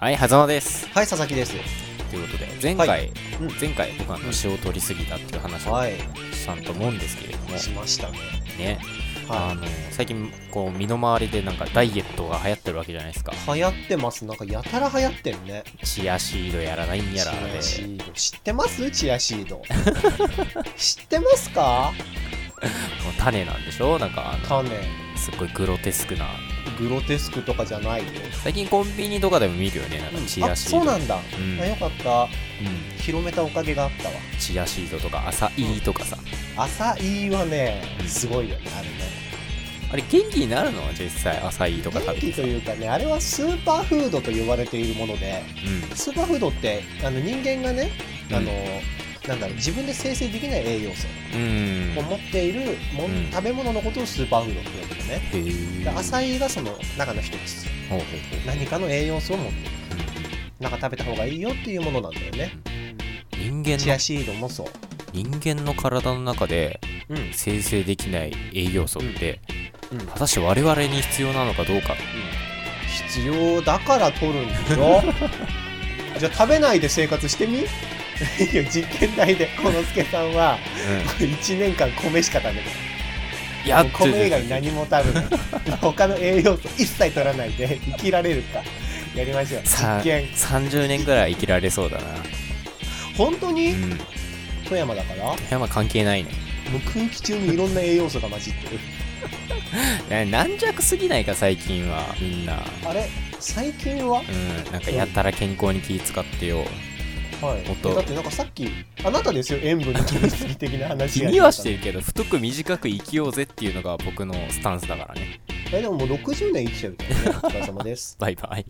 はい、狭間です。はい、佐々木です。ということで、前回、はいうん前回僕はあの塩を取りすぎたっていう話をはい、したと思うんですけれども、しましたね。ね、あはの、最近、こう、身の回りでなんかダイエットが流行ってるわけじゃないですか。い。流行ってます。なんかやたら流行ってるね。チアシードやらないんやらで。チアシード。知ってますチアシード。 知ってますかもう種なんでしょなんかあの種。すっごいグロテスクなグロテスクとかじゃないよ。最近コンビニとかでも見るよねなんかチアあ、シーそうド、なんだ。うんあよかった。うん広めたおかげがあったわ。チアシードとか朝イーとかさ、朝いいはねう、んすごいよね、あれね。あれ元気になるの実際朝イーとか食元べ気てとさいうかね、あれはスーパーフードと呼ばれているもので、スーパーフードって、あの人間がね、うんあの、なんだろう、自分で生成できない栄養素。うん、うん、を持っているもうん、ん食べ物のことをスーパーフードって呼ぶのね。へえで浅いがその中の一つほうほうほう何かの栄養素を持っているうなんか食べた方がいいよっていうものなんだよねん人間チのアシードもそう人間の体の中でうんうん生成できない栄養素って、うん果たして我々に必要なのかどうか必要だから取るんでし ょじゃあ食べないで生活してみ いや実験台でこのすけさんはう1年間米しか食べないん、いやもう米以外何も食べない他の栄養素一切取らないで生きられるかやりましょうさ実験30年ぐらい生きられそうだな、本当うに、ん、富山だからもう富山関係ないね空気中にいろんな栄養素が混じってるね軟弱すぎないか最近はみんなあれ最近はうんなんかやたら健康に気使ってよはいもっとだってなんかさっきあなたですよ塩分の取りすぎ的な話気やにはしてるけど太く短く生きようぜっていうのが僕のスタンスだからねえでももう60年生きてるからねお疲れ様ですバイバイ